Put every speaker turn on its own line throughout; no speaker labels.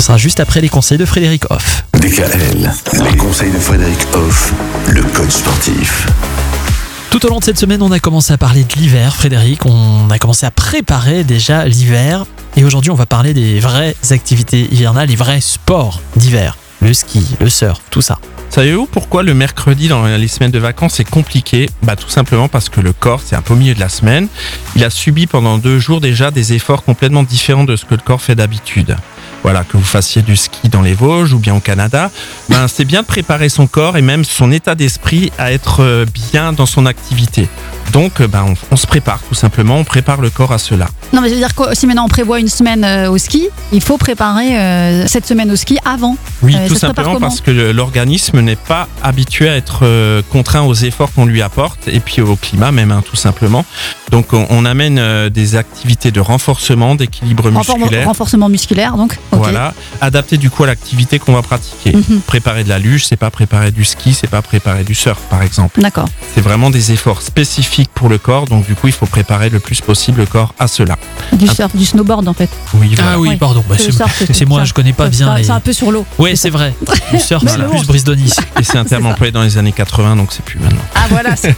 sera juste après les conseils de Frédéric Hoff.
DKL, les conseils de Frédéric Hoff, le code sportif.
Tout au long de cette semaine, on a commencé à parler de l'hiver, Frédéric. On a commencé à préparer déjà l'hiver. Et aujourd'hui, on va parler des vraies activités hivernales, les vrais sports d'hiver. Le ski, le surf, tout ça.
Savez-vous pourquoi le mercredi dans les semaines de vacances c'est compliqué Bah tout simplement parce que le corps, c'est un peu au milieu de la semaine, il a subi pendant deux jours déjà des efforts complètement différents de ce que le corps fait d'habitude. Voilà, que vous fassiez du ski dans les Vosges ou bien au Canada, ben, c'est bien de préparer son corps et même son état d'esprit à être euh, bien dans son activité. Donc euh, ben, on, on se prépare tout simplement, on prépare le corps à cela.
Non, mais je veux dire que si maintenant on prévoit une semaine euh, au ski, il faut préparer euh, cette semaine au ski avant.
Oui,
Euh,
tout
ça se prépare
simplement
comment
parce que le- l'organisme n'est pas habitué à être euh, contraint aux efforts qu'on lui apporte et puis au climat même, hein, tout simplement. Donc on, on amène euh, des activités de renforcement, d'équilibre
Renfor-
musculaire.
renforcement musculaire, donc. ok.
Voilà, adapté du coup à l'activité qu'on va pratiquer.
Mhm.
Préparer de la luge, c'est pas préparer du ski, c'est pas préparer du surf par exemple.
D'accord.
C'est vraiment des efforts spécifiques pour le corps, donc du coup il faut préparer le plus possible le corps à cela.
Du
Ah.
surf, du snowboard en fait.
Oui, voilà.
Ah oui,
Oui.
pardon. bah,
C'est
c'est
le surf,
c'est
le
moi,
surf.
je connais pas
C'est
bien.
un-
les-
C'est un peu sur l'eau.
Ouais, c'est vrai. Le surf, c'est
Mais
plus
bon.
Brisdonis.
Et c'est un terme employé dans les années 80, donc c'est plus maintenant.
Ah voilà, c'est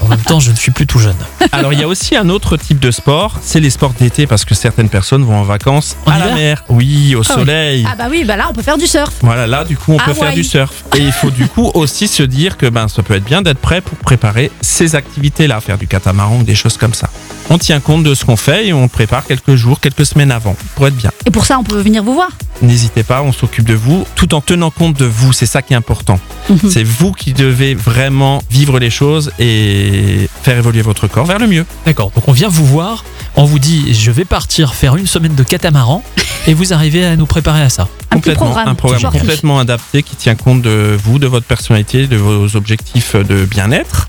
En même temps, je ne suis plus tout jeune.
Alors il y a aussi un autre type de sport, c'est les sports d'été parce que certaines personnes vont en vacances
En
à la
hiver
mer, oui, au
oui.
soleil.
Ah bah oui, bah là on peut faire du surf.
Voilà, là du coup on peut
Hawaï.
faire du surf. Et il faut du coup aussi se dire que ben ça peut être bien d'être prêt pour préparer ces activités-là, faire du catamaran ou des choses comme ça. On tient compte de ce qu'on fait et on le prépare quelques jours, quelques semaines avant pour être bien.
Et pour ça, on peut venir vous voir.
N'hésitez pas, on s'occupe de vous tout en tenant compte de vous, c'est ça qui est important.
Mhm.
C'est vous qui devez vraiment vivre les choses et faire évoluer votre corps vers le mieux.
D'accord, donc on vient vous voir, on vous dit je vais partir faire une semaine de catamaran et vous arrivez à nous préparer à ça.
Un petit
complètement,
programme.
un programme
genre-
complètement adapté qui tient compte de vous, de votre personnalité, de vos objectifs de bien-être.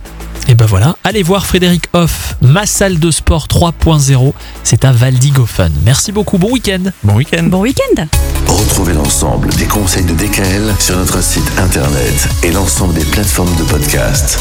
Et ben voilà, allez voir Frédéric Hoff, ma salle de sport 3.0, c'est à Valdigofen. Merci beaucoup, bon week-end
Bon week-end.
Bon week-end.
Retrouvez l'ensemble des conseils de DKL sur notre site internet et l'ensemble des plateformes de podcast.